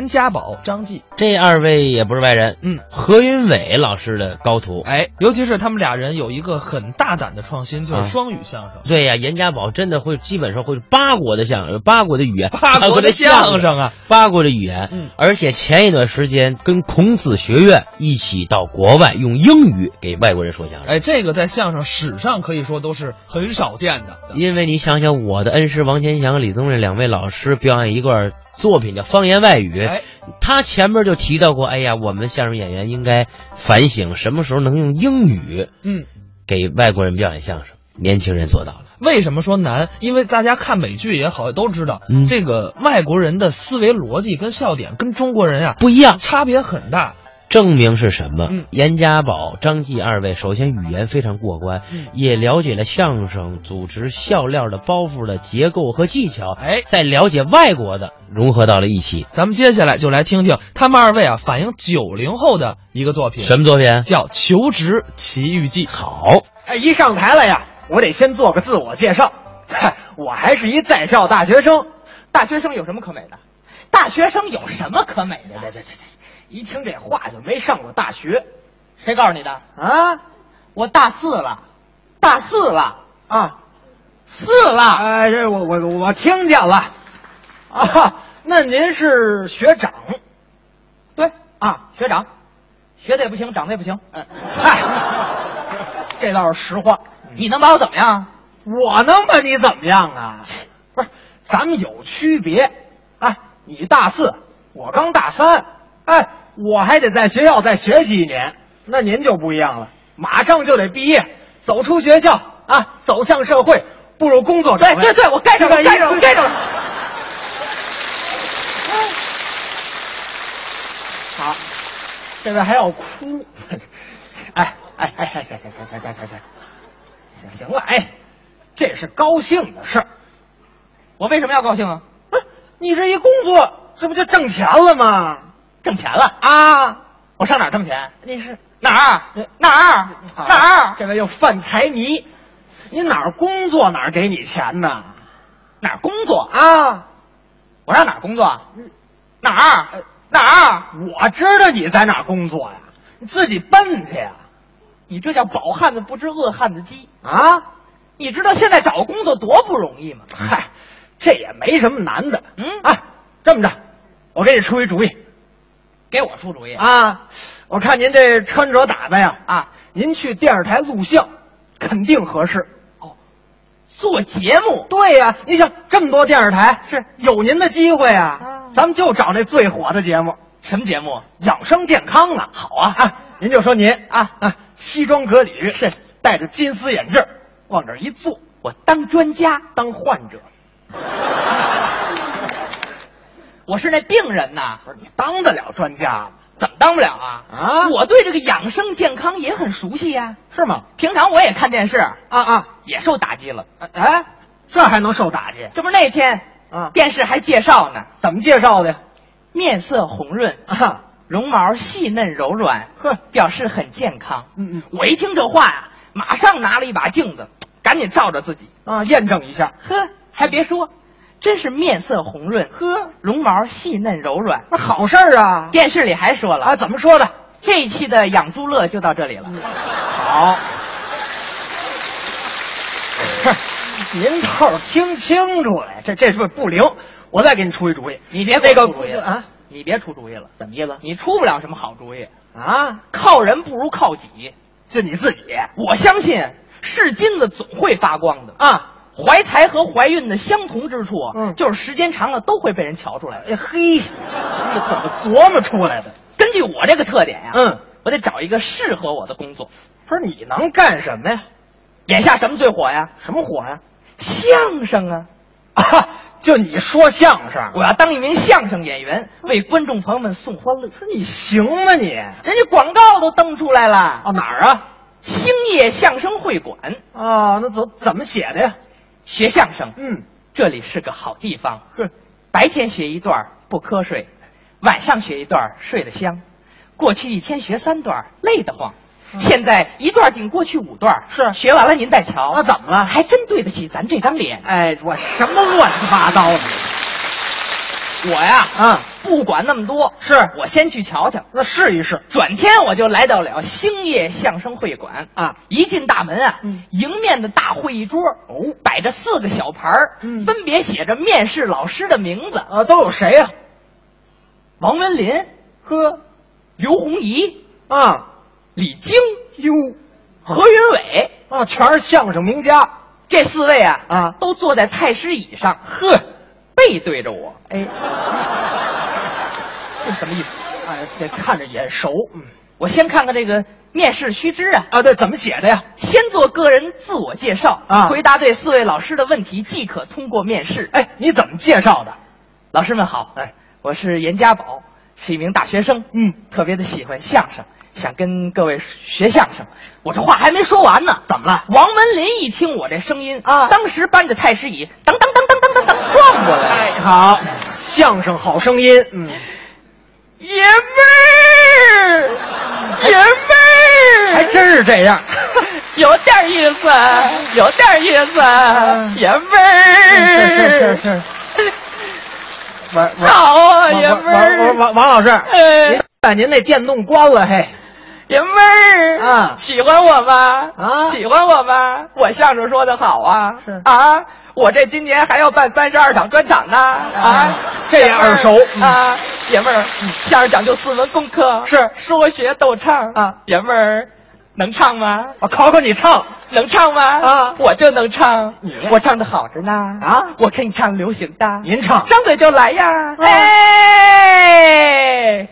陈家宝、张继。这二位也不是外人，嗯，何云伟老师的高徒。哎，尤其是他们俩人有一个很大胆的创新，就啊是双语相声。对呀、严家宝真的会，基本上会八国的相声，八国的语言，八国的相声啊，八国的语言。嗯而且前一段时间跟孔子学院一起到国外用英语给外国人说相声。哎，这个在相声史上可以说都是很少见的。因为你想想，我的恩师王千祥、李宗瑞两位老师表演一段作品叫《方言外语》，哎，他前面就提到过，哎呀，我们相声演员应该反省什么时候能用英语嗯，给外国人表演相声，年轻人做到了。为什么说难？因为大家看美剧也好，都知道、嗯这个外国人的思维逻辑跟笑点跟中国人啊不一样，差别很大。证明是什么？嗯严家宝、张继二位首先语言非常过关，嗯也了解了相声组织笑料的包袱的结构和技巧，哎再了解外国的，融合到了一起。咱们接下来就来听听他们二位啊反映九零后的一个作品，什么作品？啊叫《求职奇遇记》。好，哎，一上台了呀，我得先做个自我介绍。 嗨，我还是一在校大学生。大学生有什么可美的？大学生有什么可美的？这这这，一听这话就没上过大学谁告诉你的？啊我大四了，大四了，啊！四了。哎，这我我我听见了啊。那您是学长对啊，学长，学的也不行，长得也不行。呃嗨、这倒是实话。你能把我怎么样？嗯我能把你怎么样啊？不是，咱们有区别啊！你大四，我刚大三，哎，我还得在学校再学习一年。那您就不一样了，马上就得毕业，走出学校啊，走向社会，步入工作对岗位。对对，我该上了，这个该上了，一该上了。好，这位还要哭？ 哎哎哎哎，行行行行行行行行行了，哎，这是高兴的事儿。我为什么要高兴啊？不是你这一工作，这不就挣钱了吗？挣钱了，啊，我上哪儿挣钱？那是哪儿？哪儿？啊哪儿？这位又犯财迷，你哪儿工作哪儿给你钱呢？哪儿工作？啊，我上哪儿工作啊？哪儿？哪儿？我知道你在哪儿工作呀，你自己奔去呀。你这叫饱汉子不知饿汉子饥。啊，你知道现在找工作多不容易吗？嗨，这也没什么难的。嗯哎，这么着，我给你出一主意给我出主意啊。我看您这穿着打扮呀，哎啊！您去电视台录像，肯定合适。做节目，对呀、你想这么多电视台是有您的机会啊啊，咱们就找那最火的节目，什么节目？养生健康啊，好啊啊！您就说您啊啊，西装革履是戴着金丝眼镜儿，往这儿一坐，我当专家，当患者，我是那病人呐，不是你当得了专家吗？怎么当不了啊？啊我对这个养生健康也很熟悉呀、是吗？平常我也看电视，啊啊！也受打击了。哎，这还能受打击？这不是那天啊电视还介绍呢，怎么介绍的呀？面色红润，啊，绒毛细嫩柔软，呵表示很健康。嗯嗯我一听这话呀、马上拿了一把镜子，赶紧照着自己。啊，验证一下。呵，还别说，真是面色红润，呵，绒毛细嫩柔软。那好事儿啊！电视里还说了啊，怎么嗯说的？这一期的养猪乐就到这里了。好，您倒是听清楚了，这这是不是不灵？我再给你出一主意，你别那给个我出主意了啊，你别出主意了，怎么意思？你出不了什么好主意。啊，靠人不如靠己。就你自己我相信是金子总会发光的。啊？怀才和怀孕的相同之处，嗯就是时间长了都会被人瞧出来的。哎嘿，这怎么琢磨出来的？根据我这个特点呀、嗯，我得找一个适合我的工作。不是你能干什么呀？眼下什么最火呀？什么火呀？相声啊！啊，就你说相声，啊我要当一名相声演员，为观众朋友们送欢乐。不是你行吗你？啊人家广告都登出来了，哪儿啊？兴业相声会馆啊，那怎怎么写的呀？学相声，嗯，这里是个好地方。呵，白天学一段儿不瞌睡，晚上学一段儿睡得香。过去一天学三段儿累得慌，现在一段儿顶过去五段儿嗯是学完了您再瞧。那怎么了还真对得起咱这张脸。哎，我什么乱七八糟的我呀，啊？不管那么多，是我先去瞧瞧。那试一试转天我就来到了兴业相声会馆啊，一进大门啊，嗯迎面的大会议桌哦，摆着四个小牌儿，嗯分别写着面试老师的名字：啊，都有谁呀、王文林、呵、刘洪怡、啊？啊李菁、哟、何云伟。啊，全是相声名家。这四位啊啊都坐在太师椅上，呵，背对着我，哎，这什么意思？哎，这看着眼熟。嗯我先看看这个面试须知啊，啊，对，怎么写的呀？先做个人自我介绍啊回答对四位老师的问题即可通过面试。哎，你怎么介绍的？老师们好，哎，我是严家宝，是一名大学生，嗯，特别的喜欢相声，想跟各位学相声。我这话还没说完呢，怎么了王文林一听我这声音啊当时搬着太师椅，噔噔噔噔噔噔噔撞过来哎了，，好，相声好声音。嗯，爷们儿，爷们哎儿，还真是这 样。 有点意思，有点意思，爷们儿，嗯是是是是，玩玩 好啊，王爷们儿王，王王老师，哎您把您那电动关了嘿。爷们儿，啊喜欢我吗？啊喜欢我吗？我相声说的好啊，是啊，我这今年还要办三十二场专场呢，啊，这也耳熟爷们儿嗯啊，爷们儿，相声讲究四门功课，是说学逗唱啊，爷们儿，能唱吗？我考考你唱。能唱吗？啊我就能唱，你我唱的好着呢啊我给你唱流行的，您唱张嘴就来呀，啊哎。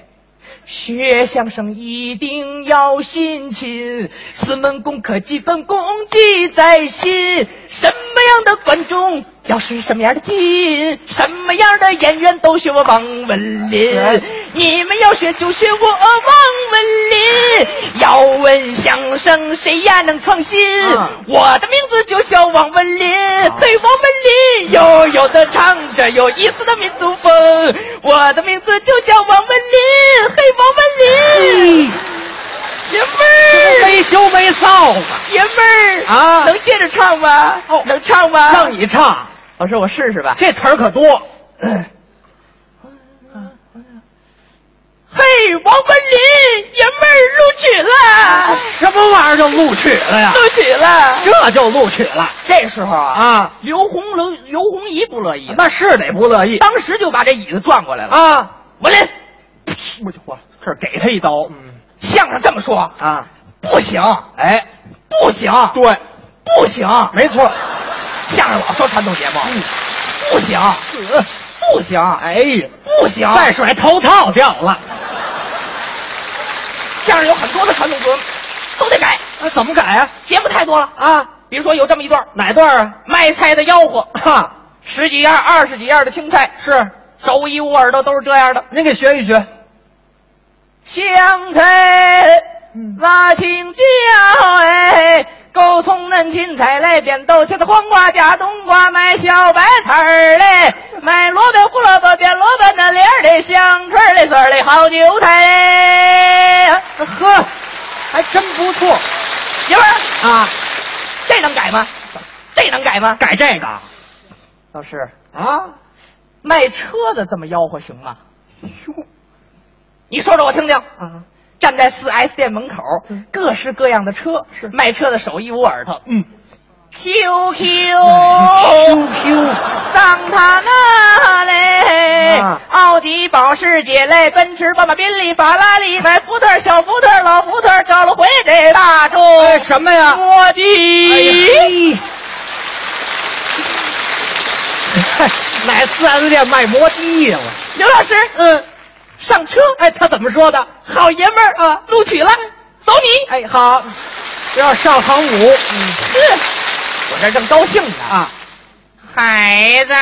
学相声一定要辛勤，四门功课基本功记在心。什么样的观众要使什么样的劲，什么样的演员都学我王文林哎。你们要学就学我哦王文林，要问相声谁呀能创新？啊我的名字就叫王文林，对王文林悠悠的唱着有意思的民族风。我的名字就叫王文林，嘿，王文林，爷们儿，没羞没臊嘛，爷们儿啊能接着唱吗？哦能唱吗？让你唱，老师，我试试吧。这词儿可多。嘿，王文林，爷们儿录取了，什么玩意儿就录取了呀？录取了。这就录取了这时候啊，啊！刘洪刘刘洪怡不乐意了，那是得不乐意当时就把这椅子撞过来了。啊！文林，我就我这儿给他一刀，嗯相声这么说啊，不行，哎，不行，对，不行，没错，嗯相声老说传统节目，不行，呃不行，哎呀，不行。再甩头套掉了，相声有很多的传统节目都得改，那怎么改啊？节目太多了。啊，比如说有这么一段儿哪段啊？卖菜的吆喝，哈，十几样、二十几样的青菜，是手一捂耳朵都是这样的。您给学一学，香菜、辣青椒，哎，够葱嫩芹菜嘞，扁豆茄子黄瓜加冬瓜，买小白菜 儿嘞，买萝卜胡萝卜变萝卜嫩莲儿嘞，香椿儿嘞，蒜儿嘞，好韭菜嘞。呵，还真不错媳妇儿，啊！这能改吗？这能改吗？改这个老师，啊？卖车的这么吆喝行吗？你说说我听听。啊，站在四 S 店门口，各式各样的车，是卖车的手一捂耳朵，嗯，QQ， ，QQ，桑塔纳嘞啊，奥迪、保时捷嘞，奔驰、宝马、宾利、法拉利，买福特、小福特、老福特，找了回这大众，哎，什么呀？摩哎的。咦，哪四 S 店卖摩的呀？我，刘老师，嗯，上车，哎，他怎么说的？好爷们儿啊，录取了，走你。哎，好，要上行五，嗯哼我这正高兴呢，啊，哎孩子，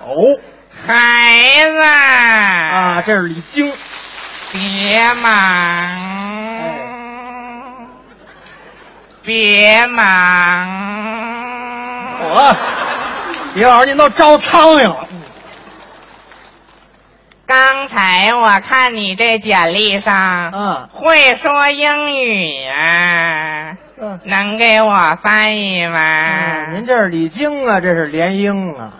哦，孩子啊，这是李菁，别忙，别忙，我，啊李老师您都招苍蝇了，刚才我看你这简历上嗯会说英语啊，嗯能给我翻译吗？您这是李菁啊，这是莲英啊，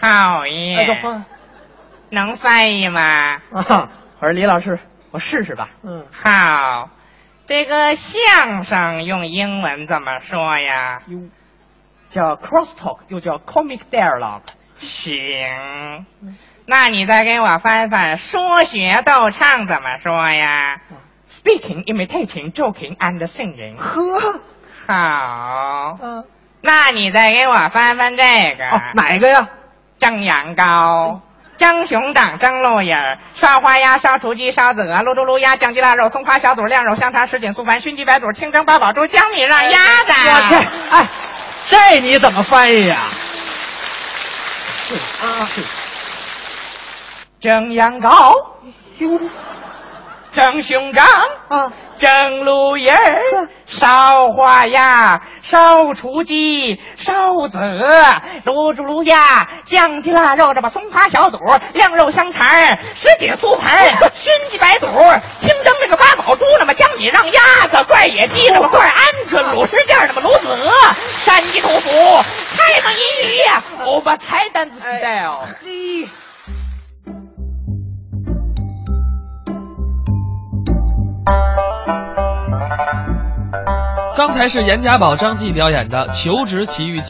讨哎，这厌。换能翻译吗？啊，我说李老师，我试试吧。嗯，好，这个相声用英文怎么说呀？哟，叫 cross talk，又叫 comic dialogue。行，那你再给我翻翻说学逗唱怎么说呀？ Speaking, imitating, joking, and singing。呵，好，嗯、那你再给我翻翻这个。哦，哪个呀？蒸羊羔、蒸熊掌、蒸鹿眼儿、烧花鸭、烧雏鸡、烧子鹅、卤猪、卤鸭、酱鸡腊肉、松花小肚、晾肉香肠、什锦素盘、熏鸡白肚、清蒸八宝猪、江米让鸭子。我去，哎，这你怎么翻译呀、啊？蒸羊羔、哟蒸熊掌、啊，蒸鹿眼儿、烧花鸭、烧雏鸡、烧子鹅、卤猪、卤鸭、酱鸡腊肉，这么松花小肚、晾肉香肠儿、什锦素盆哦儿、熏鸡白肚儿、清蒸这个八宝猪，那么江米让鸭子、怪野鸡，那么怪鹌鹑、卤什件儿，那么卤子鹅、山鸡兔脯、菜上银鱼呀，哎欧巴菜单子哦 style。嘿，刚才是严家宝、张继表演的《求职奇遇记》。